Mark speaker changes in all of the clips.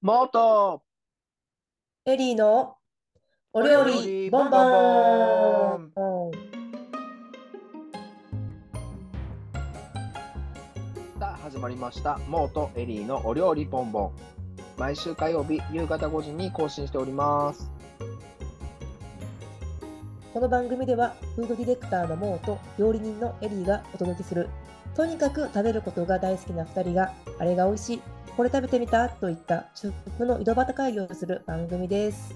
Speaker 1: もっと
Speaker 2: エリーのお料
Speaker 1: お料理
Speaker 2: 理ボン
Speaker 1: ボ
Speaker 2: ボ
Speaker 1: ンボン
Speaker 2: ンボン
Speaker 1: さあ始まりました。モーとエリーのお料理ボンボン。毎週火曜日夕方5時に更新しております。
Speaker 2: この番組ではフードディレクターのモーと料理人のエリーがお届けするとにかく食べることが大好きな2人があれが美味しいこれ食べてみたといった食の井戸端会議をする番組です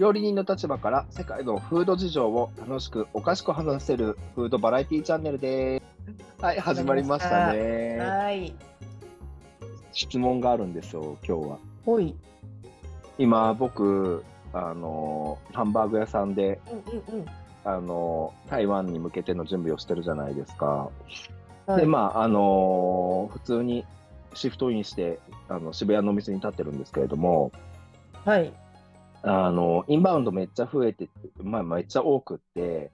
Speaker 1: 料理人の立場から世界のフード事情を楽しくおかしく話せるフードバラエティチャンネルです。はい、始まりましたね。
Speaker 2: はい
Speaker 1: 質問があるんですよ、今日は。
Speaker 2: ほい
Speaker 1: 今、僕、あの、ハンバーグ屋さんで、
Speaker 2: うんうんうん
Speaker 1: あの、台湾に向けての準備をしてるじゃないですか。
Speaker 2: はい
Speaker 1: でまああのー普通にシフトインしてあの渋谷のお店に立ってるんですけれども、
Speaker 2: はい
Speaker 1: あのインバウンドめっちゃ増えて、まあ、めっちゃ多くって、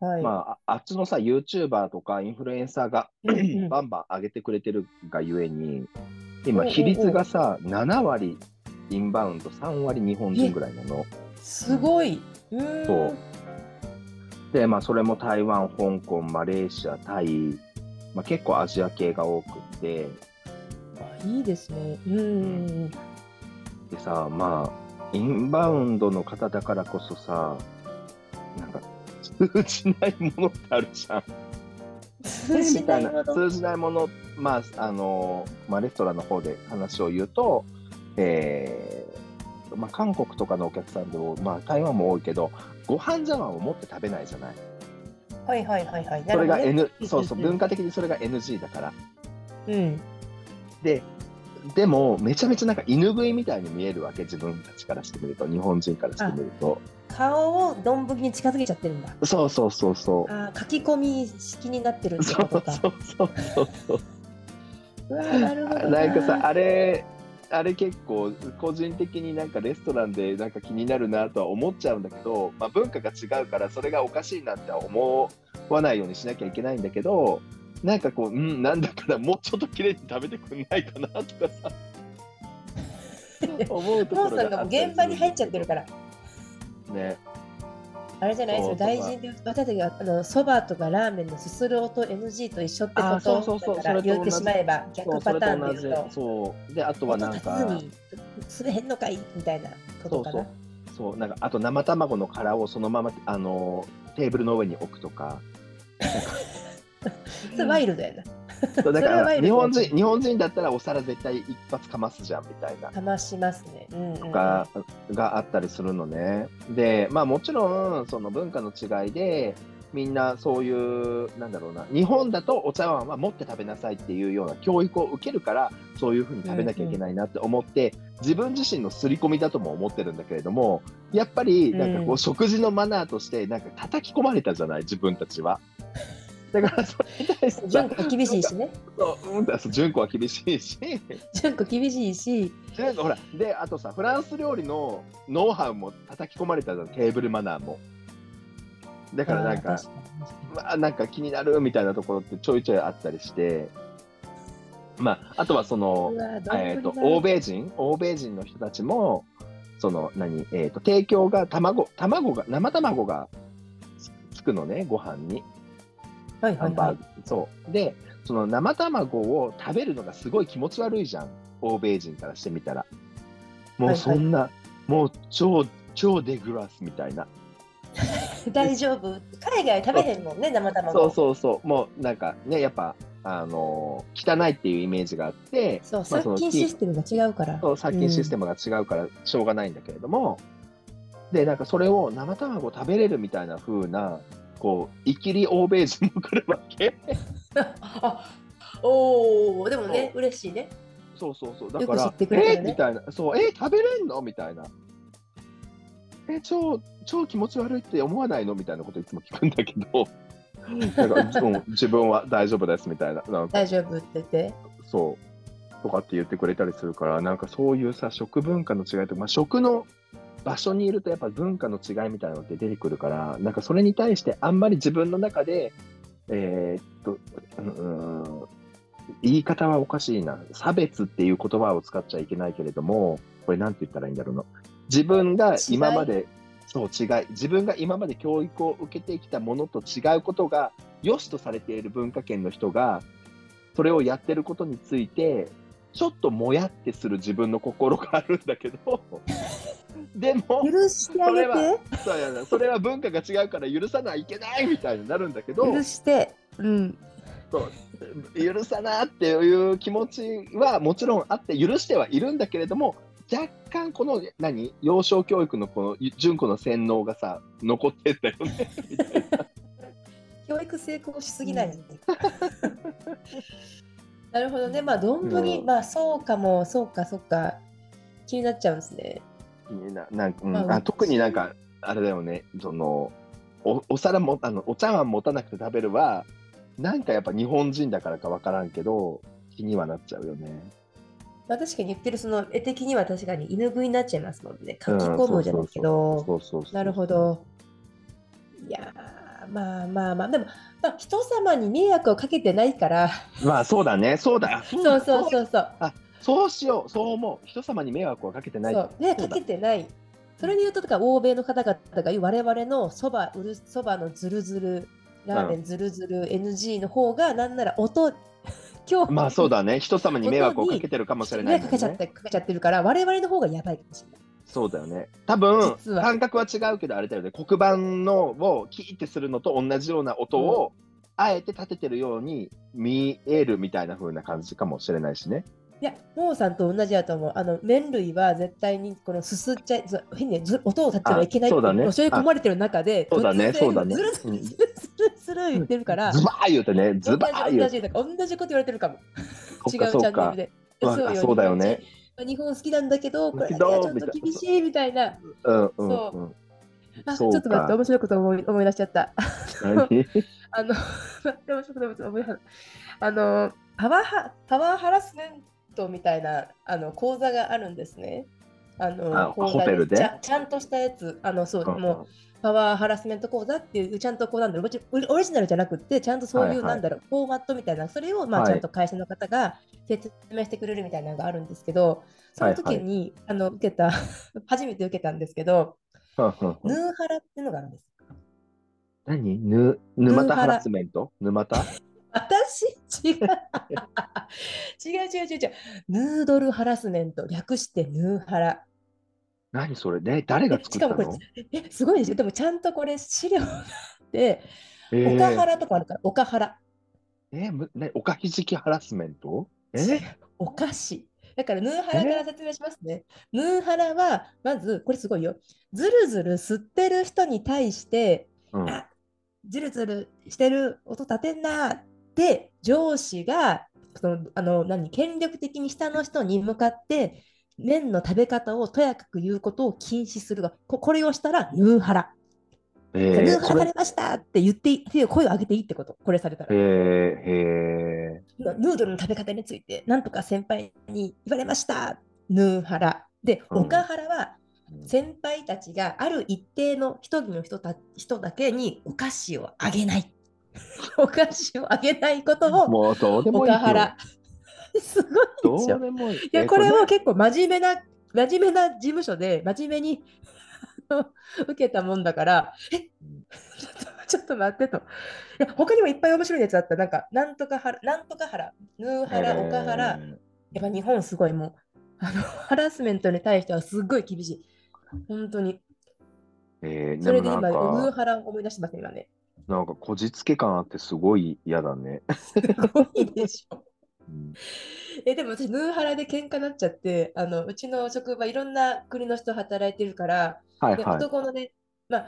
Speaker 2: はい
Speaker 1: まあ、ああっちのさ YouTuber とかインフルエンサーが
Speaker 2: うんうん
Speaker 1: バンバン上げてくれてるがゆえに今
Speaker 2: うんうん
Speaker 1: 比率がさ7割インバウンド3割日本人ぐらいなの。
Speaker 2: すごいうーん
Speaker 1: そうでまあそれも台湾香港マレーシアタイ、まあ、結構アジア系が多くって。
Speaker 2: あいいですね うん
Speaker 1: でさまあインバウンドの方だからこそさなんか通じないものってあるじゃん。
Speaker 2: 通じないもの
Speaker 1: 通じないものまああの、まあ、レストランの方で話を言うと、えーまあ、韓国とかのお客さんでも、まあ、台湾も多いけどご飯茶碗を持って食べないじゃない。
Speaker 2: はいはいはいはいな
Speaker 1: それ
Speaker 2: るほど
Speaker 1: が
Speaker 2: ね
Speaker 1: N
Speaker 2: うん
Speaker 1: そうそう
Speaker 2: うんうん
Speaker 1: 文化的にそれが NG だから。
Speaker 2: うん
Speaker 1: ででもめちゃめちゃなんか犬食いみたいに見えるわけ自分たちからしてみると日本人からしてみると
Speaker 2: 顔をどんぶりに近づけちゃってるんだ
Speaker 1: そうそうそうそう
Speaker 2: あー書き込み式になってるって
Speaker 1: そ
Speaker 2: こ
Speaker 1: う
Speaker 2: とか
Speaker 1: そうそうそうそう。
Speaker 2: うわーなるほど
Speaker 1: なんかさ、あれ、あれ結構個人的になんかレストランでなんか気になるなとは思っちゃうんだけど、まあ文化が違うからそれがおかしいなっては思わないようにしなきゃいけないんだけど、なんかこう、うん、なんだからもうちょっと綺麗に食べてくんないかなとか さ。思うとこ
Speaker 2: モ
Speaker 1: ろ
Speaker 2: ンさんが
Speaker 1: あ
Speaker 2: もう
Speaker 1: たり
Speaker 2: 現場に入っちゃってるからら
Speaker 1: ね
Speaker 2: あれじゃないで
Speaker 1: そう
Speaker 2: すよ
Speaker 1: とか
Speaker 2: 大臣で私たちがあのそばとかラーメンのすする音 NG と一緒って
Speaker 1: あ
Speaker 2: こ
Speaker 1: ーそうそうそ
Speaker 2: と
Speaker 1: う
Speaker 2: だから
Speaker 1: それと
Speaker 2: 言っ
Speaker 1: 同
Speaker 2: て
Speaker 1: じ
Speaker 2: しまえば
Speaker 1: そ
Speaker 2: 逆
Speaker 1: うそ
Speaker 2: パ
Speaker 1: れ
Speaker 2: タ
Speaker 1: と
Speaker 2: ー
Speaker 1: 同
Speaker 2: ンで
Speaker 1: じ
Speaker 2: 言うと
Speaker 1: そうであとは
Speaker 2: 音
Speaker 1: なん
Speaker 2: 立
Speaker 1: か
Speaker 2: たずにすれへんのかいみたいなことかな
Speaker 1: そうなんかあと生卵の殻をそのままあのテーブルの上に置くとか。
Speaker 2: それワイルドやな
Speaker 1: そうだか
Speaker 2: それは
Speaker 1: ら
Speaker 2: いいですね
Speaker 1: 日本人日本人だったらお皿絶対一発かますじゃんみたいな
Speaker 2: かましますねうんうんうん
Speaker 1: が,、があったりするのね。でまあもちろんその文化の違いでみんなそういうなんだろうな日本だとお茶碗は持って食べなさいっていうような教育を受けるからそういうふうに食べなきゃいけないなって思って、自分自身の刷り込みだとも思ってるんだけれどもやっぱりなんかこ
Speaker 2: う
Speaker 1: うん食事のマナーとしてなんか叩き込まれたじゃない自分たちは。だからそれに対してさ
Speaker 2: 純子厳しいしね
Speaker 1: そう、うん、だそう純子は厳しいし、
Speaker 2: 純子厳しいし
Speaker 1: 純子ほら、で、あとさ、フランス料理のノウハウも叩き込まれたじゃんテーブルマナーも。だ
Speaker 2: だ
Speaker 1: からなんか、まあ、なんか気になるみたいなところってちょいちょいあったりして、まあ、あとはその、えー、と欧米人欧米人の人たちもその何、えー、と提供が卵卵が生卵がつつくのねご飯に
Speaker 2: はい
Speaker 1: ハ
Speaker 2: はい
Speaker 1: ンバ
Speaker 2: は
Speaker 1: ー
Speaker 2: い
Speaker 1: グ、そうでその生卵を食べるのがすごい気持ち悪いじゃん欧米人からしてみたらも
Speaker 2: は
Speaker 1: う
Speaker 2: い
Speaker 1: そんな、もう超超デグラスみたいな
Speaker 2: 大丈夫海外食べへんもんね生卵
Speaker 1: そうそうそうもうなんかねやっぱあのー汚いっていうイメージがあって
Speaker 2: そう
Speaker 1: まあその
Speaker 2: 殺菌システムが違うから
Speaker 1: そう殺菌システムが違うからしょうがないんだけれども、でなんかそれを生卵を食べれるみたいな風なこういきり欧米人も来るわけ
Speaker 2: あおおでもね
Speaker 1: そ
Speaker 2: 嬉しいね
Speaker 1: そうそうそうだか
Speaker 2: よ
Speaker 1: ら
Speaker 2: く知ってくれて
Speaker 1: え
Speaker 2: るね
Speaker 1: みたいなそうえ食べれんのみたいなえ超超気持ち悪いって思わないのみたいなこといつも聞くんだけどなんか、うん自分は大丈夫ですみたいななんか
Speaker 2: 大丈夫って言って
Speaker 1: そうとかって言ってくれたりするからなんかそういうさ食文化の違いとか、まあ、食の場所にいるとやっぱ文化の違いみたいなのって出てくるからなんかそれに対してあんまり自分の中でえーっと、うん、うん言い方はおかしいな。差別っていう言葉を使っちゃいけないけれども、これなんて言ったらいいんだろうな。自分が今まで、そう違い、自分が今まで教育を受けてきたものと違うことが良しとされている文化圏の人が、それをやってることについて、ちょっともやってする自分の心があるんだけど、でも、
Speaker 2: 許してあげて
Speaker 1: そうやなそれは文化が違うから許さないいけないみたいになるんだけど、
Speaker 2: 許してうん
Speaker 1: 許さなっていう気持ちはもちろんあって許してはいるんだけれども若干この何幼少教育のこの純子の洗脳がさ残ってんだよねみたいな
Speaker 2: 教育成功しすぎない、 なるほどねまあどんぶり、
Speaker 1: うん
Speaker 2: まあそうかもそうかそうか気になっちゃうんですね
Speaker 1: ねななんか、うん
Speaker 2: まあ
Speaker 1: あ、特になんかあれだよねそのおお皿もあのお茶碗持たなくて食べるはなんかやっぱ日本人だからか分からんけど気にはなっちゃうよね。
Speaker 2: まあ確かに言ってるその絵的には確かに犬食いになっちゃいますもんね書き込むじゃないけ
Speaker 1: うん
Speaker 2: ど
Speaker 1: そうそうそうそうそうそう
Speaker 2: なるほどいやーまあまあまあでも、まあ、人様に迷惑をかけてないから
Speaker 1: まあそうだねそうだそ
Speaker 2: そう
Speaker 1: だ
Speaker 2: そうそうそう
Speaker 1: そうしよう、そう思う。人様に迷惑はかけてない。
Speaker 2: そうね、
Speaker 1: そう
Speaker 2: か
Speaker 1: だ
Speaker 2: けてない。それに言うと、だから欧米の方々が言う我々のそばうるそばのずるずる、ラーメンずるずる NG の方が、なんなら音、今日、
Speaker 1: まあそう だね、人様に迷惑をかけてるかもしれな
Speaker 2: 迷
Speaker 1: い
Speaker 2: 惑
Speaker 1: も
Speaker 2: かけち
Speaker 1: ん
Speaker 2: ゃっ
Speaker 1: ね。
Speaker 2: てかけちゃってるから、我々の方がやばいかもしれない。
Speaker 1: そうだよね。多分
Speaker 2: 実は
Speaker 1: 感覚は違うけど、あれだよね、黒板のをキーってするのと同じような音を、あえて立ててるように見えるみたいな風な感じかもしれないしね。
Speaker 2: いや、モーさんと同じだと思う。あの麺類は絶対にこのすすっちゃい、そう変にず音を立ててはいけない
Speaker 1: あそうだね
Speaker 2: って教え込まれてる中で、
Speaker 1: あそうだね
Speaker 2: 突然
Speaker 1: そうだね
Speaker 2: ずるずるずるずるずる言ってるから、
Speaker 1: ズバー言うてね、ズ
Speaker 2: 同
Speaker 1: バー
Speaker 2: じ
Speaker 1: 言う
Speaker 2: 同
Speaker 1: て。
Speaker 2: じだから同じこと言われてるかも。違
Speaker 1: そうっかそ
Speaker 2: チャ
Speaker 1: う
Speaker 2: ンネ
Speaker 1: か
Speaker 2: ル。で。
Speaker 1: わあそうだよね。
Speaker 2: 日本好きなんだけど、これ
Speaker 1: だけ
Speaker 2: だけ
Speaker 1: ど
Speaker 2: はちょっと厳しいみたいな。
Speaker 1: うんうん
Speaker 2: そう
Speaker 1: うん。
Speaker 2: あち
Speaker 1: そう
Speaker 2: ょ
Speaker 1: か
Speaker 2: っと待って、面白いこと思い思い出しちゃった。
Speaker 1: 何
Speaker 2: あの、 待って、面白いこと思い出しちゃった。あの、パワーハパワーハラスメントみたいなあの講座があるんですね。あの
Speaker 1: あ
Speaker 2: 講座
Speaker 1: ホテルで
Speaker 2: ちゃちゃんとしたやつ、あのそう、
Speaker 1: うん
Speaker 2: もうパワーハラスメント講座っていうちゃんとこうなんだろうもちろんオリオリジナルじゃなくってちゃんとそう
Speaker 1: はいは
Speaker 2: いう
Speaker 1: い
Speaker 2: なんだろう、フォーマットみたいなそれをまあ
Speaker 1: はい
Speaker 2: ちゃんと会社の方が説明してくれるみたいなのがあるんですけどその時に、あの受けた 初めて受けたんですけど
Speaker 1: うんうん
Speaker 2: ヌーハラっていうのがあるんです
Speaker 1: 何ぬ沼田ハラスメント沼田
Speaker 2: 私違う 違う違う違う違うヌードルハラスメント略してヌーハラ
Speaker 1: 何それね誰が作った
Speaker 2: しかも
Speaker 1: の
Speaker 2: こえすごいでしょでもちゃんとこれ資料があって
Speaker 1: えー
Speaker 2: 岡原とかあるから岡原
Speaker 1: えー、むね、おかひじきハラスメントえ
Speaker 2: お菓子。だから、ヌーハラから説明しますね。ヌーハラは、まず、これすごいよ。ずるずる吸ってる人に対して、
Speaker 1: うん、
Speaker 2: あずるずるしてる音立てんなって、上司が、そのあの何権力的に下の人に向かって、麺の食べ方をとやかく言うことを禁止するが、ここれをしたらヌーハラ。
Speaker 1: え
Speaker 2: ヌー
Speaker 1: ー、
Speaker 2: ハ
Speaker 1: そ
Speaker 2: ラされ
Speaker 1: れ、
Speaker 2: ましたって言っていい、手を声を上げていいってこと、これされたら
Speaker 1: え。ー、え
Speaker 2: ヌードルの食べ方について、なんとか先輩に言われました、ヌーハラ。で、
Speaker 1: うん
Speaker 2: オカハラは
Speaker 1: うん
Speaker 2: 先輩たちがある一定の人々の人た人だけにお菓子をあげない。 お菓子をあげないこと
Speaker 1: ー、
Speaker 2: を
Speaker 1: もうどうで
Speaker 2: オ
Speaker 1: もいい
Speaker 2: カ
Speaker 1: よ。
Speaker 2: ハラ。 すごい
Speaker 1: ど
Speaker 2: でしょ。
Speaker 1: うでもいい。い
Speaker 2: いや、これを結構真面目な、真面目な事務所で、真面目に 受けたもんだから、え ちょっと、ちょっと待ってと。いや、他にもいっぱい面白いやつあった。なんか、なんとかはら、なんとかはら、ヌーハラ、オカハラ、やっぱ日本すごいもう、あの、ハラスメントに対してはすっごい厳しい。本当に。
Speaker 1: えーえー、
Speaker 2: それで
Speaker 1: も
Speaker 2: 今、
Speaker 1: な
Speaker 2: ヌー
Speaker 1: んか、
Speaker 2: ハラを思い出してますね、今 ね。
Speaker 1: なんかこじつけ感あってすごい嫌だね。
Speaker 2: すごいでしょ。
Speaker 1: うん
Speaker 2: えでも私ヌーハラで喧嘩になっちゃってあのうちの職場いろんな国の人働いてるから
Speaker 1: はい
Speaker 2: で
Speaker 1: はい。
Speaker 2: 男のね、まあ、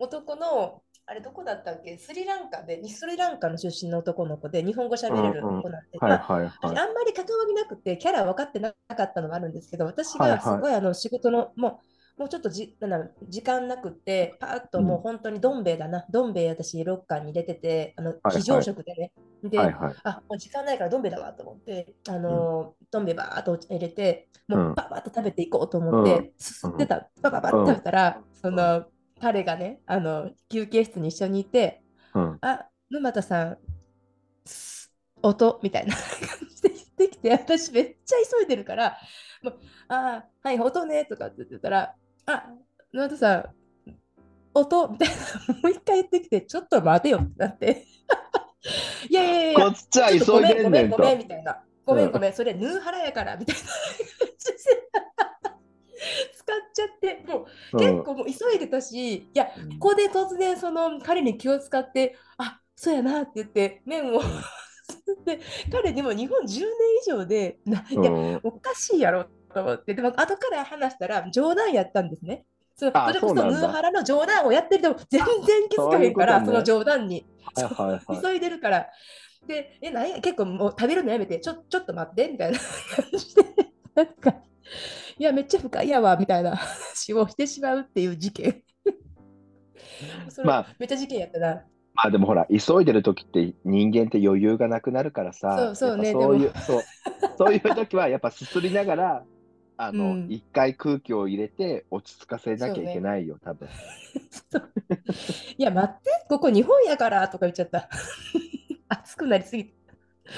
Speaker 2: 男の、あれどこだったっけ、スリランカで、スリランカの出身の男の子で、日本語喋れる
Speaker 1: うんうん
Speaker 2: 子なんで、
Speaker 1: はい
Speaker 2: まあ
Speaker 1: はい
Speaker 2: 私
Speaker 1: はい。
Speaker 2: あんまり関わりなくて、キャラ分かってなかったのもあるんですけど、私
Speaker 1: はいは
Speaker 2: が
Speaker 1: い
Speaker 2: すごいあの仕事の、もう、もうちょっとじなんだろう時間なくて、パーッともう本当にどん兵衛だな、どん兵衛私ロッカーに入れてて、あの
Speaker 1: はい
Speaker 2: 非常食でね。で、
Speaker 1: はいはい。
Speaker 2: あもう時間ないからどん兵衛だわと思って、あのーどん兵衛ばーっと入れて、
Speaker 1: う
Speaker 2: も
Speaker 1: ん
Speaker 2: うばばっと食べていこうと思って、
Speaker 1: うん
Speaker 2: すすってた、ばばばっと食べたら、その彼がね、あの休憩室に一緒にいて、
Speaker 1: うん、
Speaker 2: あ沼田さん、す音みたいな 感じで言ってきて、私めっちゃ急いでるから、もうああ、はい、音ねとかって言ってたら、あ、野田さん、音みたいな、 もう一回言ってきて、ちょっと待てよってなって、 いやいやいやいや、
Speaker 1: こっちは
Speaker 2: ちょっと
Speaker 1: 急
Speaker 2: ご
Speaker 1: い
Speaker 2: めん
Speaker 1: でんねん
Speaker 2: ご
Speaker 1: と
Speaker 2: めんごめんみたいな。ごめ
Speaker 1: うん
Speaker 2: んごめん、それヌーハラやからみたいな感じで 使っちゃって、もう結構もう急いでたし、いや、
Speaker 1: うん
Speaker 2: ここで突然その彼に気を使って、あそうやなって言って麺を で彼でも日本10年以上でないや、
Speaker 1: うん
Speaker 2: おかしいやろと思ってでも後から話したら冗談やったんですね。そ
Speaker 1: あ
Speaker 2: それこ
Speaker 1: そ
Speaker 2: そう
Speaker 1: なん
Speaker 2: ヌ
Speaker 1: だ
Speaker 2: ーハラの冗談をやってるでも全然気づかへんから
Speaker 1: そういうことね
Speaker 2: その冗談に。
Speaker 1: はいはいはい
Speaker 2: 急いでるから。で、え、なんや、結構もう食べるのやめて、ちょ、ちょっと待って、みたいな 感じで、なんか、いや、めっちゃ深いやわ、みたいな話をしてしまうっていう事件。それ
Speaker 1: まあ
Speaker 2: めっちゃ事件やったな。
Speaker 1: まあでもほら急いでる時って人間って余裕がなくなるからさ
Speaker 2: そうそうね
Speaker 1: やっぱそういうそうそういう時はやっぱすすりながらあ
Speaker 2: う
Speaker 1: の
Speaker 2: ん
Speaker 1: 一、回空気を入れて落ち着かせなきゃいけないよ、多分
Speaker 2: いや、待って、ここ日本やから、とか言っちゃった。 熱くなりすぎて。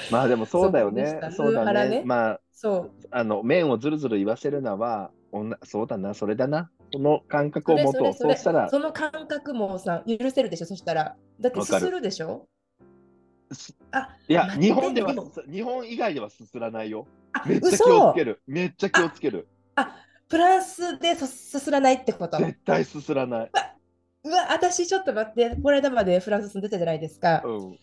Speaker 1: まあでもそうだよ
Speaker 2: そう
Speaker 1: ね
Speaker 2: でした
Speaker 1: そうだ
Speaker 2: ルーハラ
Speaker 1: ね
Speaker 2: ね
Speaker 1: まあ
Speaker 2: そう。
Speaker 1: あの面をずるずる言わせるのは女そうだなそれだなこの感覚
Speaker 2: そ
Speaker 1: を
Speaker 2: れ
Speaker 1: 持
Speaker 2: そ
Speaker 1: と
Speaker 2: れ
Speaker 1: う
Speaker 2: そ
Speaker 1: そう
Speaker 2: れ
Speaker 1: したら
Speaker 2: その感覚もさ、許せるでしょ、そしたら。だって、
Speaker 1: わ
Speaker 2: す
Speaker 1: かる
Speaker 2: するでしょあ、
Speaker 1: いや
Speaker 2: 待って
Speaker 1: 日本では
Speaker 2: でも
Speaker 1: 日本以外ではすすらないよ
Speaker 2: あ、
Speaker 1: めっちゃ気を
Speaker 2: 嘘
Speaker 1: つけるめっちゃ気をつける
Speaker 2: フランスでそすすらないってこと
Speaker 1: 絶対すすらない、
Speaker 2: うわ、私ちょっと待って、この間までフランス住んでたじゃないですか。
Speaker 1: うん、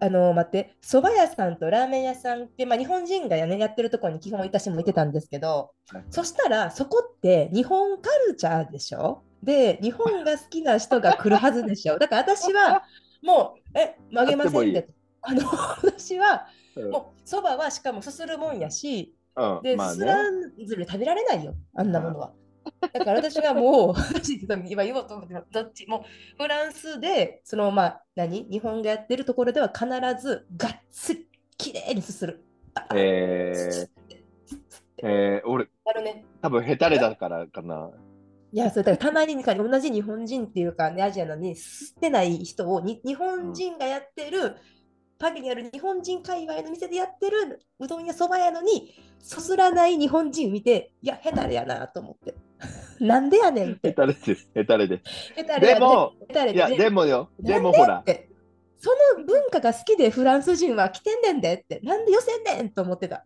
Speaker 2: あの、待って、蕎麦屋さんとラーメン屋さんって、まあ、日本人がね、やってるところに基本私も行ってたんですけど
Speaker 1: はい、
Speaker 2: そしたら、そこって日本カルチャーでしょで、日本が好きな人が来るはずでし ょだから私は、もう、え、曲げませんって。あの、 私は、
Speaker 1: うん
Speaker 2: もう、蕎麦はしかもすするもんやし、
Speaker 1: うん
Speaker 2: で、
Speaker 1: まあ
Speaker 2: すす
Speaker 1: ね
Speaker 2: らずる食べられないよ、あんなものは。だから私がもう、 私今言おうと思って、どっちもフランスで、そのまあ、何日本がやってるところでは必ずがっつりきれいにすする。あ
Speaker 1: えー
Speaker 2: す、
Speaker 1: えー、俺
Speaker 2: やるね。
Speaker 1: 多分ヘタレだからかな。
Speaker 2: いや、それだからたまになんか同じ日本人っていうか、ね、アジアなのに、吸ってない人をに日本人がやってる、パリにある日本人界隈の店でやってるうどんやそばやのに、そすらない日本人見て、いや、下手れやなと思って。 なんでやねんっ
Speaker 1: ヘ
Speaker 2: て。
Speaker 1: タレです。ヘタレで
Speaker 2: 下手れ
Speaker 1: で
Speaker 2: やねん
Speaker 1: も、
Speaker 2: 下手れ
Speaker 1: いや、
Speaker 2: ねん
Speaker 1: でもよ、
Speaker 2: なんで
Speaker 1: でもほら
Speaker 2: っ、てその文化が好きでフランス人は来てんねんでって、なんで寄せんねんと思ってた。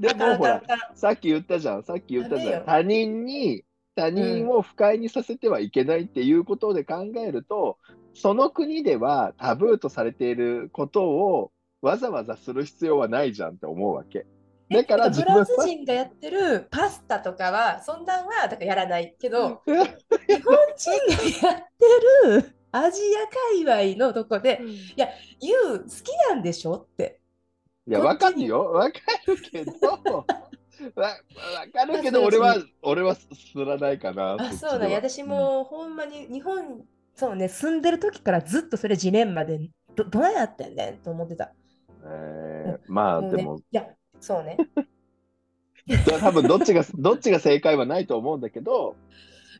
Speaker 1: でもほ
Speaker 2: あ
Speaker 1: ら
Speaker 2: かんあかんあかん
Speaker 1: さっき言ったじゃん、さっき言ったじ
Speaker 2: ダメ
Speaker 1: ゃ
Speaker 2: よ
Speaker 1: ん。他人に、他人を不快にさせてはいけないっていうことで考えると、その国ではタブーとされていることをわざわざする必要はないじゃんって思うわけ。だから自
Speaker 2: フ
Speaker 1: 分
Speaker 2: ラ
Speaker 1: は
Speaker 2: ンス人がやってるパスタとかは、そんなんはだからやらないけど、日本人がやってるアジア界隈のとこで、 ユウ好きなんでしょって。
Speaker 1: いや、
Speaker 2: こっち
Speaker 1: わ
Speaker 2: に
Speaker 1: かるよ。わかる けど。わわかるけど、
Speaker 2: あ
Speaker 1: 俺
Speaker 2: そうですね
Speaker 1: は、俺はすらないかな。
Speaker 2: あ、
Speaker 1: っちで
Speaker 2: そうなん
Speaker 1: は
Speaker 2: や。私もほんまに日本、そうね、住んでる時からずっとそれジレンマで、ど、どうやってんねんと思ってた。
Speaker 1: えーまあ、
Speaker 2: もうね
Speaker 1: でも、
Speaker 2: いや、そうね。
Speaker 1: 多分どっち が、どっちが正解はないと思うんだけど、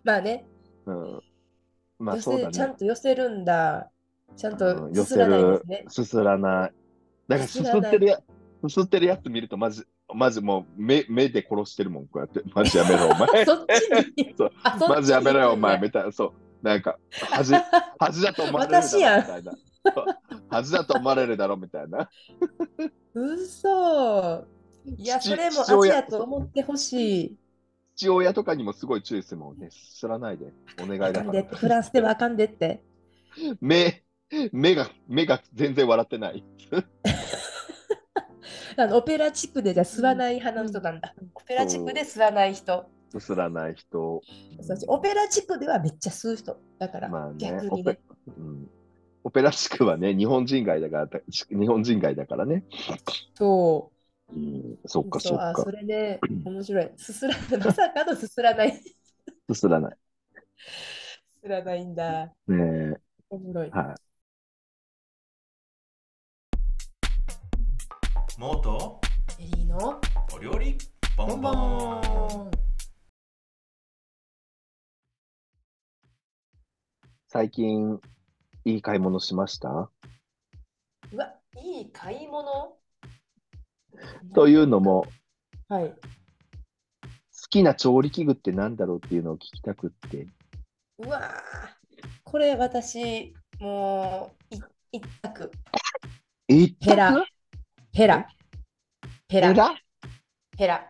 Speaker 2: まあね、
Speaker 1: うん、まあ
Speaker 2: 寄
Speaker 1: そう
Speaker 2: せ、
Speaker 1: だ
Speaker 2: ちゃん
Speaker 1: ね。
Speaker 2: と寄せるんだ。ちゃん
Speaker 1: う
Speaker 2: と
Speaker 1: ん寄
Speaker 2: す
Speaker 1: せ
Speaker 2: す
Speaker 1: る
Speaker 2: らないですね。
Speaker 1: すすらない。だから、す
Speaker 2: す
Speaker 1: す
Speaker 2: すら
Speaker 1: っ
Speaker 2: ない
Speaker 1: てるや、すすってるやつ見ると、マジ、マジもう目、目で殺してるもん、こうやって。マジやめろ、お 前。
Speaker 2: そっちに
Speaker 1: そう。
Speaker 2: あそっちに
Speaker 1: マジやめろよ、お前。
Speaker 2: 行くん
Speaker 1: みたいな、そう。なんか、恥、
Speaker 2: だ
Speaker 1: 恥だと思われるだろ
Speaker 2: 私やん
Speaker 1: みたいな。そう恥だと思われるだろみたいな。
Speaker 2: 嘘。いや、
Speaker 1: 父
Speaker 2: それも
Speaker 1: 父
Speaker 2: アジ
Speaker 1: 親
Speaker 2: アと思ってほしい。
Speaker 1: 父親とかにもすごい注意するもんね。知らないで。お願いだ
Speaker 2: あかん
Speaker 1: か
Speaker 2: でっ
Speaker 1: ら。
Speaker 2: て、フランスではあかんでって。
Speaker 1: 目、目が、目が全然笑ってない。
Speaker 2: あのオペラ地区でじゃあ吸わない派の人なんだ。オペラ地区で吸わない人。
Speaker 1: すすらない人。
Speaker 2: そしてオペラ地区ではめっちゃ吸う人。だから、
Speaker 1: まあね
Speaker 2: 逆
Speaker 1: オ
Speaker 2: に
Speaker 1: ペ
Speaker 2: ね。
Speaker 1: うんオペラ地区はね、日本人街だから、た日本人街だからね。
Speaker 2: そ
Speaker 1: うん、そっ
Speaker 2: う。
Speaker 1: か
Speaker 2: そ
Speaker 1: そう
Speaker 2: あ
Speaker 1: っか
Speaker 2: そ。れで面白い。すすらまさかのすすらない。す
Speaker 1: すすらない。
Speaker 2: すらないんだ。
Speaker 1: ね
Speaker 2: 面白い。
Speaker 1: えはい。
Speaker 3: もっと
Speaker 2: エリーの
Speaker 3: お料理ボ
Speaker 2: ボン
Speaker 3: ンボ
Speaker 2: ボ
Speaker 3: ン
Speaker 2: ン。
Speaker 1: 最近、いい買い物しました
Speaker 2: うわ、いいい買い物
Speaker 1: というのも、
Speaker 2: はい。
Speaker 1: 好きな調理器具ってなんだろうっていうのを聞きたくって。
Speaker 2: うわあ、これ私、もう、い一択。
Speaker 1: えっ
Speaker 2: ヘラ。ヘラ。ヘ
Speaker 1: ヘ
Speaker 2: ラ。
Speaker 1: ラ
Speaker 2: ヘラ。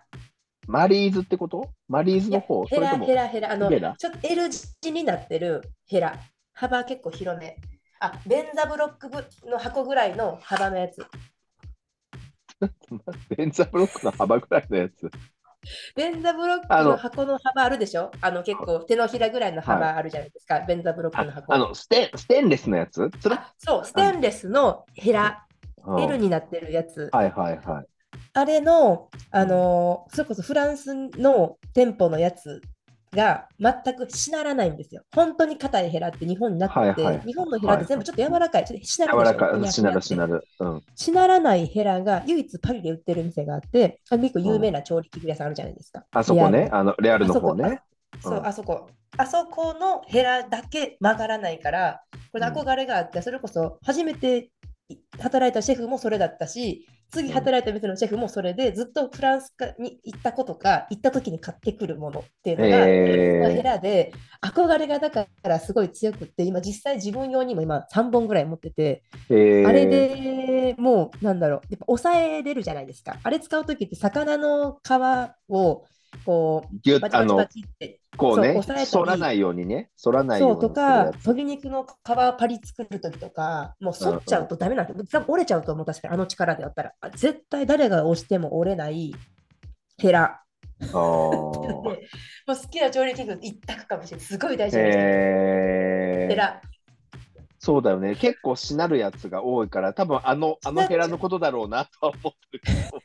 Speaker 1: マリーズってことマリーズ
Speaker 2: い
Speaker 1: の
Speaker 2: や
Speaker 1: 方そ
Speaker 2: ヘ
Speaker 1: れと
Speaker 2: ラ
Speaker 1: も
Speaker 2: ヘラヘラあの
Speaker 1: ヘラ
Speaker 2: ちょっと L 字になってるヘラ幅結構広めあベンザブロックぶの箱ぐらいの幅のやつ
Speaker 1: ベンザブロックの幅ぐらいのやつ。
Speaker 2: ベンザブロック
Speaker 1: あの
Speaker 2: の箱の幅あるでしょあの結構手のひらぐらいの幅あるじゃないですか、ベンザブロックの箱
Speaker 1: あのステン、ステンレスのやつつる
Speaker 2: あそうステンレスのヘラ
Speaker 1: うん
Speaker 2: L になってるやつ
Speaker 1: はいはいはい。
Speaker 2: あれの、あのーそれこそフランスの店舗のやつが全くしならないんですよ。本当に硬いヘラって日本になくて、
Speaker 1: はいはい
Speaker 2: 日本のヘラって全部ちょっと柔らかい、ちょっとしな
Speaker 1: 柔
Speaker 2: らな
Speaker 1: ら
Speaker 2: いでしょ
Speaker 1: かい、しなるしなる。うん。
Speaker 2: しならないヘラが唯一パリで売ってる店があって、あ結構有名な調理器具屋さんあるじゃないですか。
Speaker 1: あそこ
Speaker 2: レア
Speaker 1: ね
Speaker 2: ル、
Speaker 1: あのレアルの
Speaker 2: あそこ
Speaker 1: 方ね。
Speaker 2: そうう、
Speaker 1: ん
Speaker 2: あそこ。あそこのヘラだけ曲がらないから、これ憧れがあって、それこそ初めて働いたシェフもそれだったし、次働いた店のシェフもそれで、ずっとフランスに行ったことか、行った時に買ってくるものっていうのが、そのヘ
Speaker 1: え
Speaker 2: ラで憧れがだからすごい強くって、今実際自分用にも今3本ぐらい持ってて、
Speaker 1: ー、えー
Speaker 2: あれでもうなんだろうやっぱ抑えれるじゃないですかあれ使う時って魚の皮をこう
Speaker 1: ぎゅっ
Speaker 2: バチ
Speaker 1: あ
Speaker 2: バチ
Speaker 1: の
Speaker 2: バチって
Speaker 1: こう
Speaker 2: そう
Speaker 1: ね
Speaker 2: 押さえた
Speaker 1: 反
Speaker 2: り
Speaker 1: らないようにね反らないよう
Speaker 2: そ
Speaker 1: に
Speaker 2: う
Speaker 1: す
Speaker 2: と
Speaker 1: るや
Speaker 2: か
Speaker 1: つ
Speaker 2: 鶏肉の皮パリ作る時とかもう反っちゃうとダメなんですよ多分折れちゃうと思う確かにあの力でやったらあ絶対誰が押しても折れないヘラ
Speaker 1: あ
Speaker 2: も
Speaker 1: ー
Speaker 2: う好きな調理器具一択かもしれないすごい大事なヘ
Speaker 1: へー
Speaker 2: ラ
Speaker 1: そうだよね結構しなるやつが多いから多分あのあのヘラのことだろうなとは思ってるけど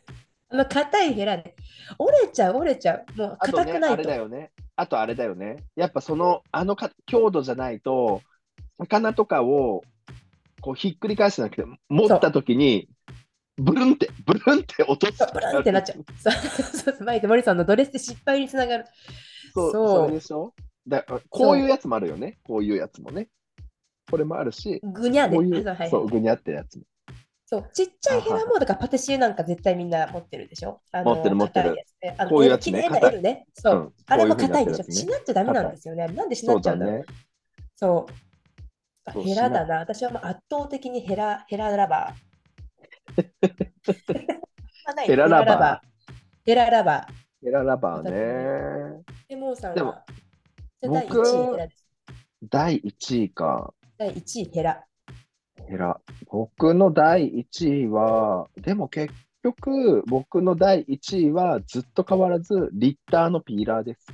Speaker 2: あの硬いヘラで折れちゃう折れちゃうもう
Speaker 1: あと
Speaker 2: 硬
Speaker 1: ね
Speaker 2: くな
Speaker 1: あ
Speaker 2: い
Speaker 1: れ
Speaker 2: と
Speaker 1: だよねあとあれだよねやっぱそのあのか強度じゃないと魚とかをこうひっくり返してなくて持った時にブルンってブルンって落とす
Speaker 2: そうブランってなっちゃう。そうそうそうマイケル・モリソンのドレスで失敗につながる。
Speaker 1: そう、
Speaker 2: そう
Speaker 1: それでしょだこういうやつもあるよね。こういうやつもね。これもあるし、
Speaker 2: ぐにゃで。
Speaker 1: こうい
Speaker 2: あそうは
Speaker 1: う、
Speaker 2: い
Speaker 1: そう、ぐにゃってやつも。
Speaker 2: そうちっちゃいヘラもだからパティシエなんか絶対みんな持ってるでしょ。あの
Speaker 1: 持ってる持ってる
Speaker 2: 硬いやつねあの
Speaker 1: こういうやつね
Speaker 2: 綺麗な
Speaker 1: 硬い
Speaker 2: L ね。そう、
Speaker 1: うん
Speaker 2: あれも
Speaker 1: こういう風にな
Speaker 2: 硬
Speaker 1: っ
Speaker 2: い
Speaker 1: てるや
Speaker 2: でしょ。
Speaker 1: つね
Speaker 2: しなっちゃダメなんですよね。なんでしな
Speaker 1: そう
Speaker 2: っちゃ
Speaker 1: だ
Speaker 2: うんだろう。
Speaker 1: ね。
Speaker 2: そう,、
Speaker 1: そう
Speaker 2: ヘラだな。私はもう圧倒的にヘラ、ヘララバ ー。
Speaker 1: ヘララバー
Speaker 2: ー。ヘララバー。
Speaker 1: ヘララバーね。
Speaker 2: でモーさん
Speaker 1: でも
Speaker 2: はじゃあ第
Speaker 1: 僕
Speaker 2: 1位ヘラです。
Speaker 1: 第1位か。
Speaker 2: 第1位ヘラ。
Speaker 1: ヘラ。僕の第1位は、でも結局、僕の第1位はずっと変わらず、リッターのピーラー です。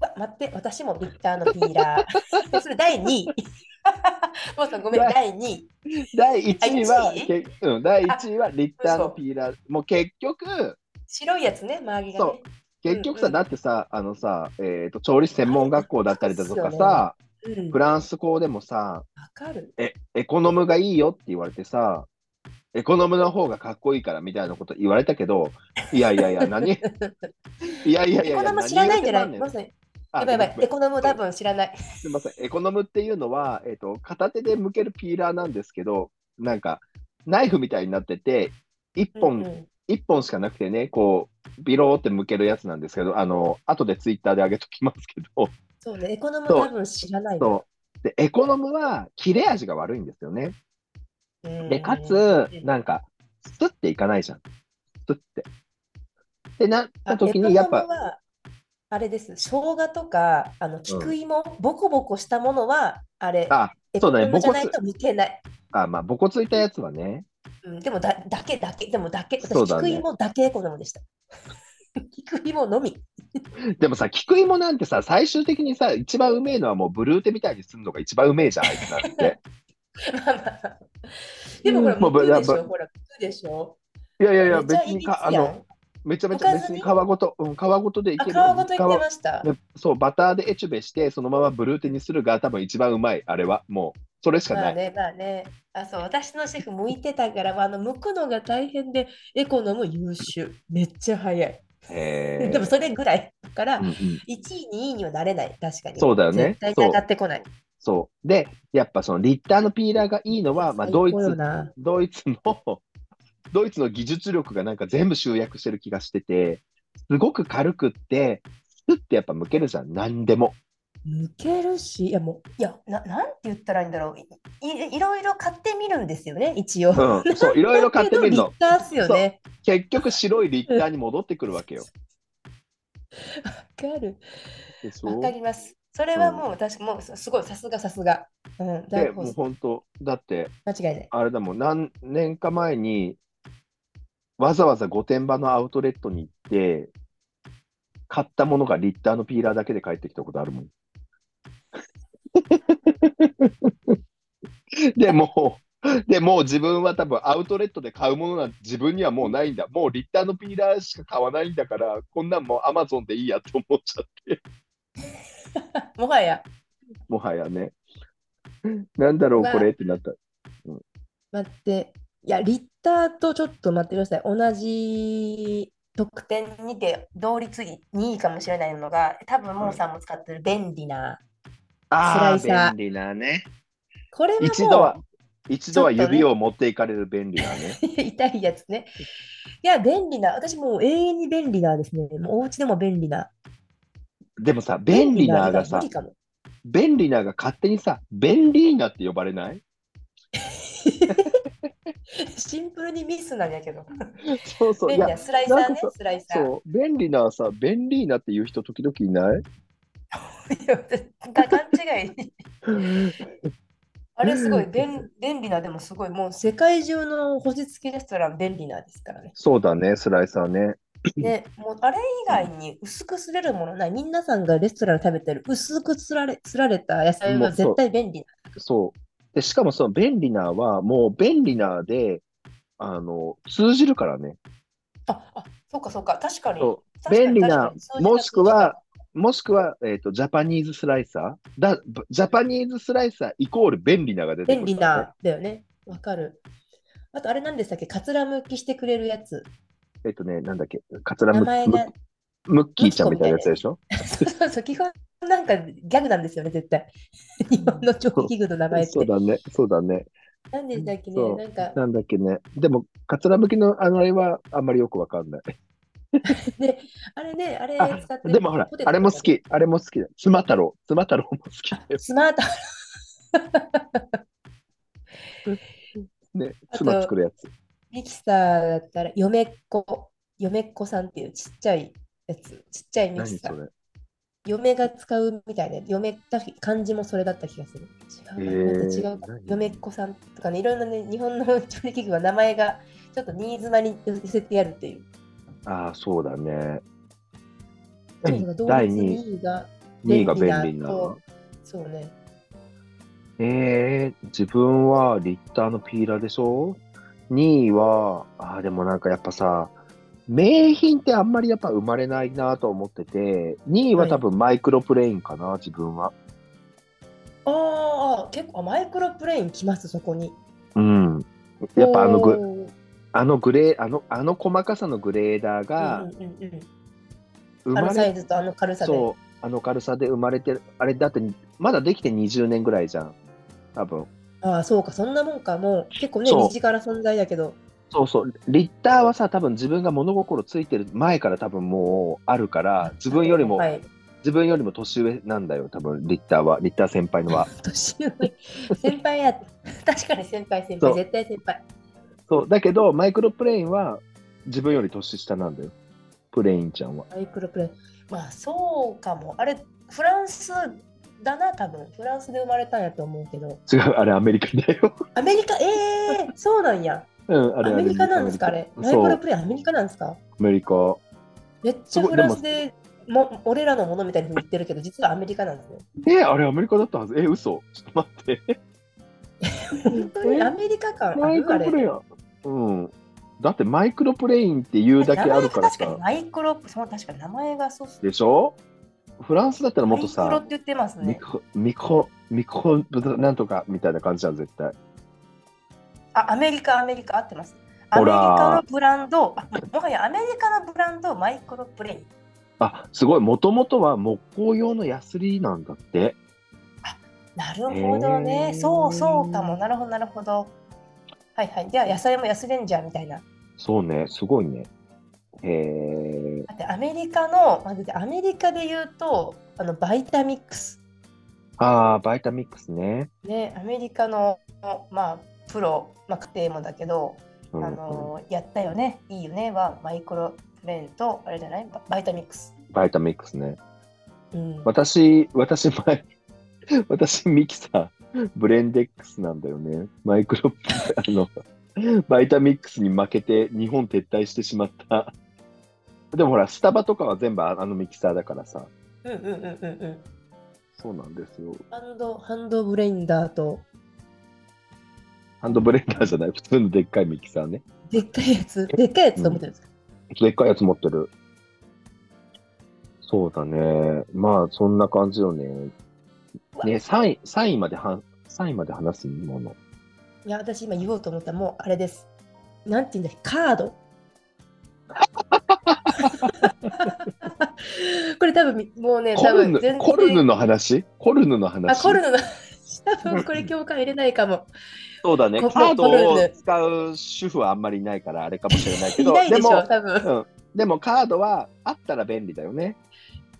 Speaker 2: うわ待って、私もビッターのピー ラー。それ第2位。 もうさん、ごめん、
Speaker 1: 第
Speaker 2: 第2位。
Speaker 1: 第1位は、
Speaker 2: あ一位
Speaker 1: けうん、第1位はリッターのピーラー。もう結局、
Speaker 2: 白いやつね、周りが
Speaker 1: そ
Speaker 2: ね
Speaker 1: う。結局さ、
Speaker 2: うんうん
Speaker 1: だってさ、あのさ、えーと、調理師専門学校だったりだとか
Speaker 2: そうっすよ
Speaker 1: さ、
Speaker 2: うん、
Speaker 1: フ
Speaker 2: わ
Speaker 1: ランス語でもさ、
Speaker 2: かる。
Speaker 1: え、エコノムがいいよって言われてさ、エコノムの方がかっこいいからみたいなこと言われたけど、いやいやい や、何いやいやいや
Speaker 2: エ
Speaker 1: いや、
Speaker 2: コノム知らないんじゃない
Speaker 1: 何言
Speaker 2: ま
Speaker 1: うて
Speaker 2: さに。
Speaker 1: た
Speaker 2: や
Speaker 1: んねん
Speaker 2: ばい
Speaker 1: あ
Speaker 2: やばい
Speaker 1: ご、めん
Speaker 2: エコノム多分知らない。
Speaker 1: すみません、エコノムっていうのは、えっと、片手で向けるピーラーなんですけど、なんか、ナイフみたいになってて、一
Speaker 2: うんう
Speaker 1: 本、
Speaker 2: ん
Speaker 1: 一本しかなくてね、こう、ビローって向けるやつなんですけど、あの、後でツイッターで上げときますけ ど、
Speaker 2: そうね、エコノム
Speaker 1: そう
Speaker 2: 多分知らない。
Speaker 1: そう。で、エコノムは切れ味が悪いんですよね。
Speaker 2: うん
Speaker 1: で、かつ
Speaker 2: う、ん
Speaker 1: なんか、スッていかないじゃん。スッて。ってなった
Speaker 2: あ
Speaker 1: 時に、やっ
Speaker 2: エ
Speaker 1: ぱ
Speaker 2: コ、ノムはあれです、生姜とか、あの菊芋、ボコボコしたものは、あれ、
Speaker 1: あ、
Speaker 2: エ
Speaker 1: そ
Speaker 2: コ
Speaker 1: うだね
Speaker 2: ノムじゃないと向けない。
Speaker 1: あまあ、ぼこついたやつはね、
Speaker 2: うん、でもだ、だけだけ、でもだけ、私、
Speaker 1: そうだね
Speaker 2: 菊芋だけエコノムでした。 菊芋のみ。
Speaker 1: でもさ、菊芋なんてさ、最終的にさ、一番うめえのはもうブルーテみたいにすんのが一番うめえじゃん、あいつなん て。
Speaker 2: まあまあまあでもほら、
Speaker 1: もう
Speaker 2: 無空でし
Speaker 1: ぶ
Speaker 2: ょ、ほら、無空でしょ。
Speaker 1: いやいやいや、
Speaker 2: めっちゃ
Speaker 1: 別に
Speaker 2: いびつ
Speaker 1: か、あ
Speaker 2: やん
Speaker 1: の、めちゃめち
Speaker 2: お
Speaker 1: ゃ
Speaker 2: か
Speaker 1: 別
Speaker 2: ずに
Speaker 1: に皮ごと、うん、皮ごとでい
Speaker 2: あ、
Speaker 1: ける。
Speaker 2: 皮ごと言って
Speaker 1: 皮
Speaker 2: ました。
Speaker 1: でそう、バターでエチュベして、そのままブルーテにするが多分一番うまい、あれは。もう、それしか
Speaker 2: ま
Speaker 1: な
Speaker 2: あ
Speaker 1: い。
Speaker 2: ね、まあね。あ、そう、私のシェフ向いてたから、まああの、剥くのが大変で、エコノム優秀。めっちゃ早い。
Speaker 1: へえ
Speaker 2: でも、それぐらい。だから、
Speaker 1: う
Speaker 2: 1
Speaker 1: んうん
Speaker 2: 位、2位にはなれない。確かに。
Speaker 1: そうだよね
Speaker 2: 絶対に上がってこない。
Speaker 1: そう。で、やっぱそのリッターのピーラーがいいのは、まあ、ドイ
Speaker 2: 最高よ
Speaker 1: ツ、
Speaker 2: な
Speaker 1: ドイツのドイツの技術力がなんか全部集約してる気がしてて、すごく軽くって、スッてやっぱ向けるじゃん、何でも。
Speaker 2: 抜けるし、いやもう、いや、ななんて言ったらいいんだろう。いいいろいろ買ってみるんですよね、一応。
Speaker 1: うん、そう、いろいろ買って みるの。
Speaker 2: だけど立派っすよね。
Speaker 1: 結局白い立体に戻ってくるわけよ。
Speaker 2: わかる。
Speaker 1: でし
Speaker 2: わ
Speaker 1: ょ
Speaker 2: かります。それはもう、私もうすごい、さすがさすが。うん、
Speaker 1: で
Speaker 2: 大
Speaker 1: も
Speaker 2: 好
Speaker 1: う
Speaker 2: き。
Speaker 1: 本当だって
Speaker 2: 間違いない。
Speaker 1: あれだもん何年か前にわざわざ御殿場のアウトレットに行って買ったものがリッターのピーラーだけで帰ってきたことあるもん。 でもうでもう自分は多分アウトレットで買うものなんて自分にはもうないんだもうリッターのピーラーしか買わないんだからこんなんもうアマゾンでいいやと思っちゃって。
Speaker 2: もはや、
Speaker 1: もはやね。なんだろう、
Speaker 2: まあ
Speaker 1: これってなった。
Speaker 2: 待って、いや、リッターとちょっと待ってください。同じ得点にて同率に2位かもしれないのが、多分、モーさんも使ってる便利な。
Speaker 1: あ
Speaker 2: スライサ
Speaker 1: あ、
Speaker 2: ー
Speaker 1: 便利なね。
Speaker 2: これはもう
Speaker 1: 一度は、一度は
Speaker 2: ちょっとね
Speaker 1: 指を持っていかれる便利なね。
Speaker 2: 痛いやつね。いや、便利な、私もう永遠に便利なですね。もうお家でも便利な。
Speaker 1: でもさ、便利ながさ
Speaker 2: 便利な無理、かも。
Speaker 1: 便利なが勝手にさ、便利ーなって呼ばれない
Speaker 2: シンプルにミスなんやけど。
Speaker 1: そうそう、
Speaker 2: 便
Speaker 1: い
Speaker 2: 利
Speaker 1: や
Speaker 2: な、スライサー
Speaker 1: なん
Speaker 2: ね
Speaker 1: かさ、
Speaker 2: スライ サー。
Speaker 1: そう、便利なはさ、便利ーなっていう人、時々いない
Speaker 2: いやだ勘違い。あれすごい 便便利な、でもすごい、もう世界中の星付きレストラン便利なですからね。
Speaker 1: そうだね、スライサーね。
Speaker 2: で、もうあれ以外に薄くすれるものない。皆さんがレストランで食べてる薄くすられすられた野菜は絶対便利な。
Speaker 1: そう。で、しかもその便利なは、もう便利なで、あの、通じるからね。
Speaker 2: あ、あ、そうかそうか、確かに。
Speaker 1: そう
Speaker 2: 確か
Speaker 1: 便利
Speaker 2: に
Speaker 1: な
Speaker 2: 確かにそういう
Speaker 1: もしくはもしくは、えー、とジャパニーズスライサーだジャパニーズスライサーイコール便利なが出てく
Speaker 2: 便
Speaker 1: る、
Speaker 2: 利なだよね。わかる。あとあれなんでしたっけかつらむきしてくれるやつ。
Speaker 1: えっ、とねなんだっけカツラ
Speaker 2: 名
Speaker 1: ム
Speaker 2: 前が。
Speaker 1: ムッキーちゃんみたいなやつでしょ
Speaker 2: そうそうそう、基本なんかギャグなんですよね、絶対。日本の調理器具の名前って
Speaker 1: そう。だねそうだね
Speaker 2: なんでしたっけ
Speaker 1: そ
Speaker 2: ね、
Speaker 1: う
Speaker 2: なんか、
Speaker 1: なんだっけねでもカツラムキのあのあれはあんまりよくわかんない
Speaker 2: あれね、あれ
Speaker 1: あ
Speaker 2: 使って
Speaker 1: でもほら
Speaker 2: ポテト
Speaker 1: あれも好きあれも好きだ妻太郎妻太郎も好きだよ
Speaker 2: スマート、
Speaker 1: ね
Speaker 2: あと
Speaker 1: 妻作るやつ
Speaker 2: ミキサーだったら、嫁っ子、嫁っ子さんっていうちっちゃいやつ、ちっちゃいミ
Speaker 1: 何
Speaker 2: キ
Speaker 1: そ
Speaker 2: サー。
Speaker 1: れ
Speaker 2: 嫁が使うみたいな、嫁だし漢字もそれだった気がする。違うな、
Speaker 1: えー
Speaker 2: また違うか
Speaker 1: 何
Speaker 2: 嫁っ子さんとかね、いろんなね、日本の 調理器具は名前がちょっと新妻に寄せてやるっていう。
Speaker 1: ああそうだね
Speaker 2: そうそう同
Speaker 1: 第
Speaker 2: 率
Speaker 1: 2
Speaker 2: 2位が、
Speaker 1: 位が
Speaker 2: 便
Speaker 1: 便
Speaker 2: 利な
Speaker 1: 利なの
Speaker 2: そうね。
Speaker 1: えー、自分はリッターのピーラーでしょ ?2 位は、あーでもなんかやっぱさ、名品ってあんまりやっぱ生まれないなと思ってて、2位は多分マイクロプレインかな、自分は。
Speaker 2: ああ、結構あマイクロプレイン来ます、そこに。
Speaker 1: うん。やっぱあのグ、
Speaker 2: おー
Speaker 1: あのグレー、あの、あの細かさのグレーダー
Speaker 2: う
Speaker 1: が
Speaker 2: んうんうんうん
Speaker 1: 生
Speaker 2: あ
Speaker 1: ま
Speaker 2: のサ
Speaker 1: れ、
Speaker 2: イズとあの軽さで。
Speaker 1: そう、あの軽さで生まれてる。あれだって、まだできて20年ぐらいじゃん。多分。
Speaker 2: ああ、そうか、そんなもんか。もう結構ね、
Speaker 1: そう
Speaker 2: 身近な存在だけど。
Speaker 1: そうそう、リッターはさ、多分自分が物心ついてる前から多分もうあるから、自分よりも、
Speaker 2: はい。
Speaker 1: 自分よりも年上なんだよ、多分リッターは、リッター先輩のは。
Speaker 2: 年上。先輩や。 確かに先輩、先
Speaker 1: そ
Speaker 2: 輩、
Speaker 1: う
Speaker 2: 絶対先輩。
Speaker 1: そう、だけど、マイクロプレインは自分より年下なんだよ、プレインちゃんは。
Speaker 2: マイクロプレイン。まあ、そうかも。あれ、フランスだな、多分。フランスで生まれたんやと思うけど。
Speaker 1: 違う、あれアメリカだよ。
Speaker 2: アメリカ、ええー、そうなんや。
Speaker 1: うん、あ
Speaker 2: ア
Speaker 1: れ
Speaker 2: メリカなんですか、あ
Speaker 1: アメ
Speaker 2: れ。
Speaker 1: リ
Speaker 2: マイ
Speaker 1: カ
Speaker 2: クロプレイン、アメリカなんですか
Speaker 1: アメリカ。
Speaker 2: めっちゃ
Speaker 1: すごい
Speaker 2: フランスでも俺らのものみたいに言ってるけど、実はアメリカなんですね。
Speaker 1: え、あれアメリカだったはず。え、嘘。ちょっと待って。
Speaker 2: 本当にアメリカ感ある
Speaker 1: マイク
Speaker 2: あ
Speaker 1: ロ
Speaker 2: れ
Speaker 1: プレイン。うん。だってマイクロプレインっていうだけあるから
Speaker 2: 名前が確か
Speaker 1: さ
Speaker 2: に。マイクロ、その確かに名前がそうっす
Speaker 1: でしょフランスだったらもっとさ。
Speaker 2: マイクロって言ってます
Speaker 1: ミ
Speaker 2: ね。
Speaker 1: コ、ミコ、ミコ、なんとかみたいな感じじゃん、絶対。
Speaker 2: あ、アメリカ、アメリカ合ってます。ア
Speaker 1: ほ
Speaker 2: メリ
Speaker 1: ら
Speaker 2: カのブランド、あもはやアメリカのブランド、マイクロプレイン。
Speaker 1: あ、すごい。もともとは木工用のヤスリなんだって。
Speaker 2: なるほどね。
Speaker 1: へー
Speaker 2: そうそうかも。なるほど、なるほど。はいはい。じゃあ、野菜も安レンジャーみたいな。
Speaker 1: そうね、すごいね。へえ。
Speaker 2: だってアメリカの、まあだってアメリカで言うと、あのバイタミックス。
Speaker 1: ああ、バイタミックスね。
Speaker 2: ね、アメリカの、まあ、プロ、まあ、家庭もだけど、
Speaker 1: うん
Speaker 2: あのやったよね、いいよねは、マイクロプレーンと、あれじゃないババイタミックス。
Speaker 1: バイタミックスね。
Speaker 2: うん、
Speaker 1: 私、私、前、 私、ミキサー、ブレンデックスなんだよね。マイクロ、 あの、バイタミックスに負けて日本撤退してしまった。 でもほら、スタバとかは全部ああのミキサーだからさ。
Speaker 2: うんうんうんうんうん。
Speaker 1: そうなんですよ。
Speaker 2: ハンド、ハンドブレンダーと、
Speaker 1: ハンドブレンダーじゃない、普通のでっかいミキサーね。
Speaker 2: でっかいやつ、でっかいやつと思ってるんですか、
Speaker 1: でっかいやつ持ってる。そうだね。まあ、そんな感じよね。ね、3位、3位までは、3位まで話すもの。
Speaker 2: いや、私今言おうと思ったら、もうあれです。なんて言うんだっけ、カード。 これ多分みもうね、
Speaker 1: コ
Speaker 2: 多
Speaker 1: ル
Speaker 2: 分
Speaker 1: ヌ、コルヌの話コルヌの
Speaker 2: あ、
Speaker 1: 話
Speaker 2: コルヌの多分これ共感入れないかも。
Speaker 1: そうだね。
Speaker 2: コ
Speaker 1: カードを
Speaker 2: コルヌ
Speaker 1: 使う主婦はあんまりいないから、あれかもしれないけ
Speaker 2: い
Speaker 1: ど、
Speaker 2: ないでしょ、
Speaker 1: も、
Speaker 2: 多分。
Speaker 1: うん。でもカードはあったら便利だよね。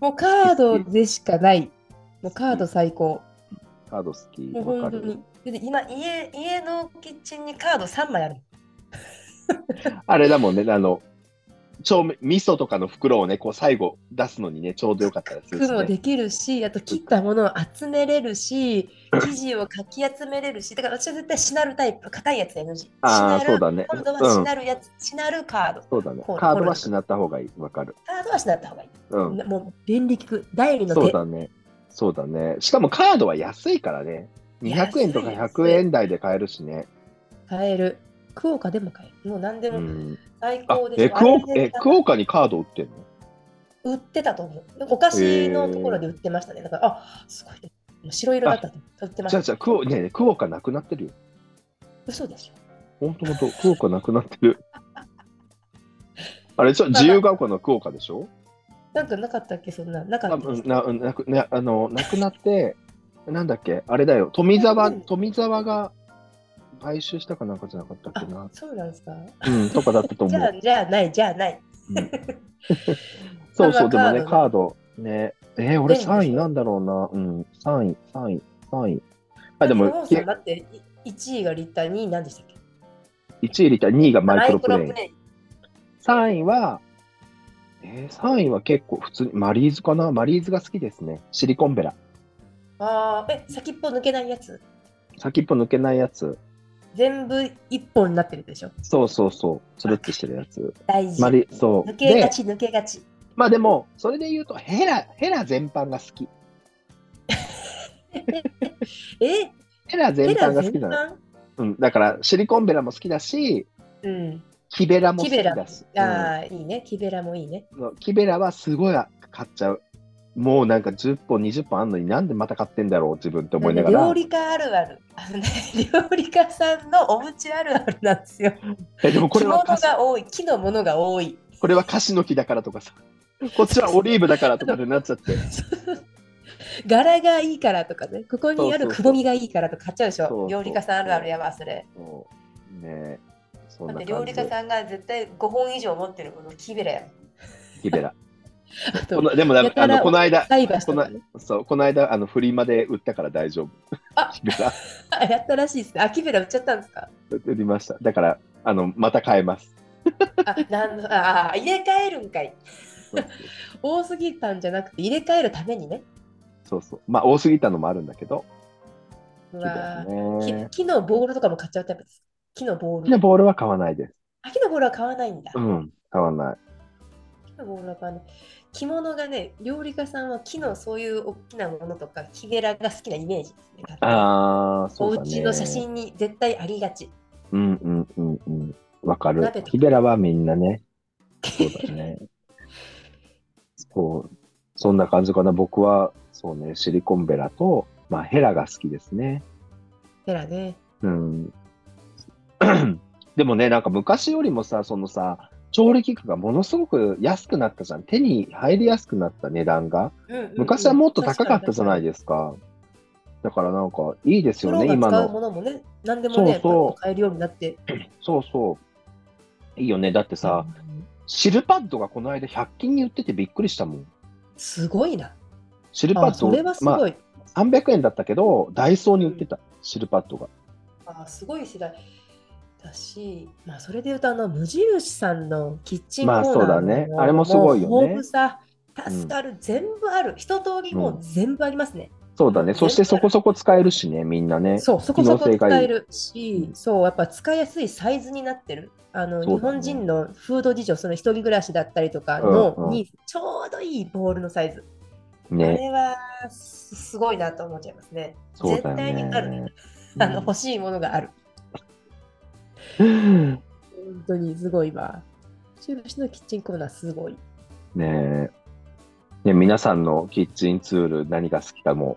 Speaker 2: もうカードでしかない。もうカード最高。
Speaker 1: カード好き。
Speaker 2: もう
Speaker 1: わか
Speaker 2: 本当
Speaker 1: る
Speaker 2: に。。だって今家、家のキッチンにカード3枚ある。
Speaker 1: あれだもんね、あの、調味味噌とかの袋をね、こう最後出すのにね、ちょうどよかったりする
Speaker 2: 服
Speaker 1: し
Speaker 2: も
Speaker 1: ね。
Speaker 2: できるし、あと切ったものを集めれるし、生地をかき集めれるし、だから私は絶対しなるタイプ、硬いやつ NG。し
Speaker 1: あ
Speaker 2: な
Speaker 1: あ、そう
Speaker 2: る。
Speaker 1: だね。
Speaker 2: 今度
Speaker 1: う
Speaker 2: はし
Speaker 1: ん
Speaker 2: なるやつ、しなるカード。
Speaker 1: そうだね
Speaker 2: コ。ル
Speaker 1: カードはしなった方がいい。わかる。
Speaker 2: カードはしなった方がいい。
Speaker 1: うん。
Speaker 2: なもう便利利く、第二の
Speaker 1: そう
Speaker 2: 手。
Speaker 1: だね。そうだね。しかもカードは安いからね。200円とか
Speaker 2: 安い安い
Speaker 1: 100円台で買えるしね。
Speaker 2: 買える。クオカでも買える。もう何で
Speaker 1: う
Speaker 2: も
Speaker 1: ん。
Speaker 2: 最
Speaker 1: あ
Speaker 2: 高です。
Speaker 1: え、クオ
Speaker 2: あれ
Speaker 1: え
Speaker 2: で
Speaker 1: クオカにカード売ってんの
Speaker 2: 売ってたと思う。お菓子のところで売ってましたね。だから、あすごい。もう白色だったと思う売ってまし
Speaker 1: じゃ
Speaker 2: た
Speaker 1: あ。じゃあクオ、ねえねえクオカなくなってるよ。
Speaker 2: 嘘でしょ。
Speaker 1: ほんとほんと、クオカなくなってる。あれ、ちょ自由が丘のクオカでしょ
Speaker 2: なんかなかったっけ、そんな。なか
Speaker 1: 多
Speaker 2: ったです
Speaker 1: 分ななくねあのなくなって、なんだっけ、あれだよ、富澤、富澤が買収したかなんかじゃなかったっけ
Speaker 2: あ
Speaker 1: な、
Speaker 2: そうなんですか。
Speaker 1: うん、とかだったと
Speaker 2: じ
Speaker 1: 思う
Speaker 2: ゃあ、。じゃあない、じゃあない。
Speaker 1: うんそうそう、で
Speaker 2: ま
Speaker 1: も
Speaker 2: あ
Speaker 1: ね、カード。ね。えー、
Speaker 2: 便利
Speaker 1: 俺
Speaker 2: でしょ
Speaker 1: 3位なんだろうな。うん、3位、3位、3位。あ、で
Speaker 2: 日
Speaker 1: も、
Speaker 2: 本さんだってい1位が立体、2位なんでしたっけ
Speaker 1: 1位入れたら2位がマイクロプレイ
Speaker 2: マ
Speaker 1: ン
Speaker 2: イ。レイ
Speaker 1: 3位は、えー、3位は結構普通に、マリーズかなマリーズが好きですね。シリコンベラ。
Speaker 2: ああ、え、先っぽ抜けないやつ。
Speaker 1: 先っぽ抜けないやつ。
Speaker 2: 全部一本になってるでしょ。
Speaker 1: そうそうそう。つるってしてるやつ。
Speaker 2: 大事。
Speaker 1: マリ、そう。
Speaker 2: 抜けが
Speaker 1: で、
Speaker 2: ち、抜けがち。
Speaker 1: まあでも、それで言うと、ヘラ、ヘラ全般が好き。
Speaker 2: え、
Speaker 1: ヘラ全
Speaker 2: ヘラ
Speaker 1: 般が
Speaker 2: 全
Speaker 1: 好きだな。
Speaker 2: 般
Speaker 1: うん、だから、シリコンベラも好きだし、
Speaker 2: うん。
Speaker 1: キベラも好
Speaker 2: キ
Speaker 1: き
Speaker 2: ベラ
Speaker 1: だし。うん
Speaker 2: ああ、いいね。キベラもいいね。
Speaker 1: の木べらはすごい買っちゃう。もうなんか10本、20本あんのになんでまた買ってんだろう、自分って思いなが
Speaker 2: 料
Speaker 1: ら。
Speaker 2: 理家あるある。あのね、 料理家さんのお家あるあるなんですよ。
Speaker 1: えでもこ
Speaker 2: 着
Speaker 1: れは
Speaker 2: 物
Speaker 1: 菓子
Speaker 2: が多い、木のものが多い。
Speaker 1: これは樫の木だからとかさ、こっちはオリーブだからとかでなっちゃって。
Speaker 2: 柄がいいからとかね、ここにあ
Speaker 1: そうそうそ
Speaker 2: る
Speaker 1: う
Speaker 2: くぼみがいいからとか買っちゃうでし
Speaker 1: そうそう
Speaker 2: ょ。料理家さんあるあるやば、それ。
Speaker 1: そうねそん
Speaker 2: だっ
Speaker 1: な
Speaker 2: て料
Speaker 1: 感じ
Speaker 2: 理家
Speaker 1: で。
Speaker 2: さんが絶対5本以上持ってるもの、木べらやもん。
Speaker 1: 木べら。
Speaker 2: あ、
Speaker 1: ことのでもだ
Speaker 2: や
Speaker 1: あ
Speaker 2: たら
Speaker 1: のこの間、
Speaker 2: 菜箸とか、ね、
Speaker 1: そうこの間あのフリマで売ったから大丈夫。
Speaker 2: あ
Speaker 1: 木べら
Speaker 2: やったらしいですね。あ、木べら売っちゃったんですか
Speaker 1: 売りました。だからあのまた買えます。
Speaker 2: あ、なんのあー、入れ替えるんかい。
Speaker 1: そうそう
Speaker 2: 多すぎたんじゃなくて、入れ替えるためにね。
Speaker 1: そうそう。まあ多すぎたのもあるんだけど。木
Speaker 2: う
Speaker 1: べら
Speaker 2: わー
Speaker 1: ね。
Speaker 2: 木木のボールとかも買っちゃうタイプです。木のボー
Speaker 1: で
Speaker 2: ル。
Speaker 1: ボールは買わないです。
Speaker 2: あ木のボールは買わないんだ。
Speaker 1: うん、買わない。
Speaker 2: 木のボールは買わない。着物がね、料理家さんは木のそういう大きなものとか、木べらが好きなイメージですね。
Speaker 1: ああ、そ
Speaker 2: お
Speaker 1: うだね。
Speaker 2: 家の写。真に絶対ありがち。
Speaker 1: うんうんうんうん。わかる
Speaker 2: 鍋。とか
Speaker 1: 木べらはみんなね。そうだ ね。そう。そんな感じかな。僕は、そうね、シリコンベラと、まあ、ヘラが好きですね。
Speaker 2: ベラね。
Speaker 1: うん。 でもね、なんか昔よりもさ、そのさ、調理器具がものすごく安くなったじゃん。手に入りやすくなった値段が。
Speaker 2: うんうんうん
Speaker 1: 昔はもっと高かったじゃない
Speaker 2: で
Speaker 1: ですか。だからなんか、いいですよね、
Speaker 2: プロ
Speaker 1: 今
Speaker 2: が使
Speaker 1: の
Speaker 2: うも。のもね、何でもね、
Speaker 1: そうそう
Speaker 2: 買えるようになって。
Speaker 1: そうそいいよね。だってさ、シルパッドがこの間100均に売っててびっくりしたもん。
Speaker 2: すごいな。
Speaker 1: シルパ
Speaker 2: あ
Speaker 1: ッド、
Speaker 2: それはす
Speaker 1: ま
Speaker 2: ごい。
Speaker 1: あ、300円だったけど、ダイソーに売ってた、シルパッドが。
Speaker 2: あ、すごい世代だし、まあ、それで言うとあの無印さんのキッチンコー
Speaker 1: ま
Speaker 2: ナ
Speaker 1: あ
Speaker 2: ー
Speaker 1: そうだねあれもすごいよね
Speaker 2: もう豊富さ助かる、全部ある一通りもう全部ありますね、
Speaker 1: そうだね。そしてそこそこ使えるしね、みんなね。
Speaker 2: そうそこそこ
Speaker 1: 機能性がいい
Speaker 2: 使えるし
Speaker 1: うん
Speaker 2: そうやっぱ使いやすいサイズになってるあの、
Speaker 1: そう
Speaker 2: 日
Speaker 1: だね
Speaker 2: 本人のフード事情その一人暮らしだったりとかの、
Speaker 1: うんうん
Speaker 2: にちょうどいいボールのサイズあ
Speaker 1: ね。
Speaker 2: れはすすごいなと思っちゃいますね
Speaker 1: そうだよね。
Speaker 2: 絶対にあるね
Speaker 1: うん
Speaker 2: あの欲しいものがある本当にすごいわ中印のキッチンコーナーすごい
Speaker 1: ねえね皆さんのキッチンツール何が好きかも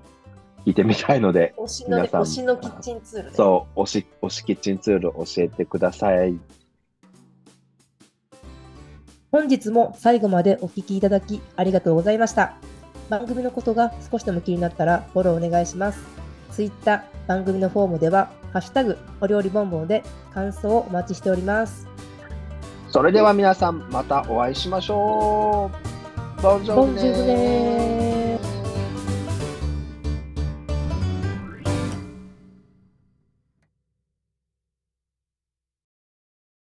Speaker 1: 聞いてみたいので、
Speaker 2: 推しのね、
Speaker 1: 皆さん
Speaker 2: 推しのキッチンツールね。
Speaker 1: そう、推し、推しキッチンツール教えてください。
Speaker 2: 本日も最後までお聞きいただきありがとうございました。番組のことが少しでも気になったらフォローお願いします。ツイッター番組のフォームでは「ハッシュタグお料理ボンボン」で感想をお待ちしております。
Speaker 1: それでは皆さん、またお会いしましょう。ボンジョ
Speaker 2: ボ
Speaker 1: ル
Speaker 2: ン
Speaker 1: ネ
Speaker 2: ジュールねー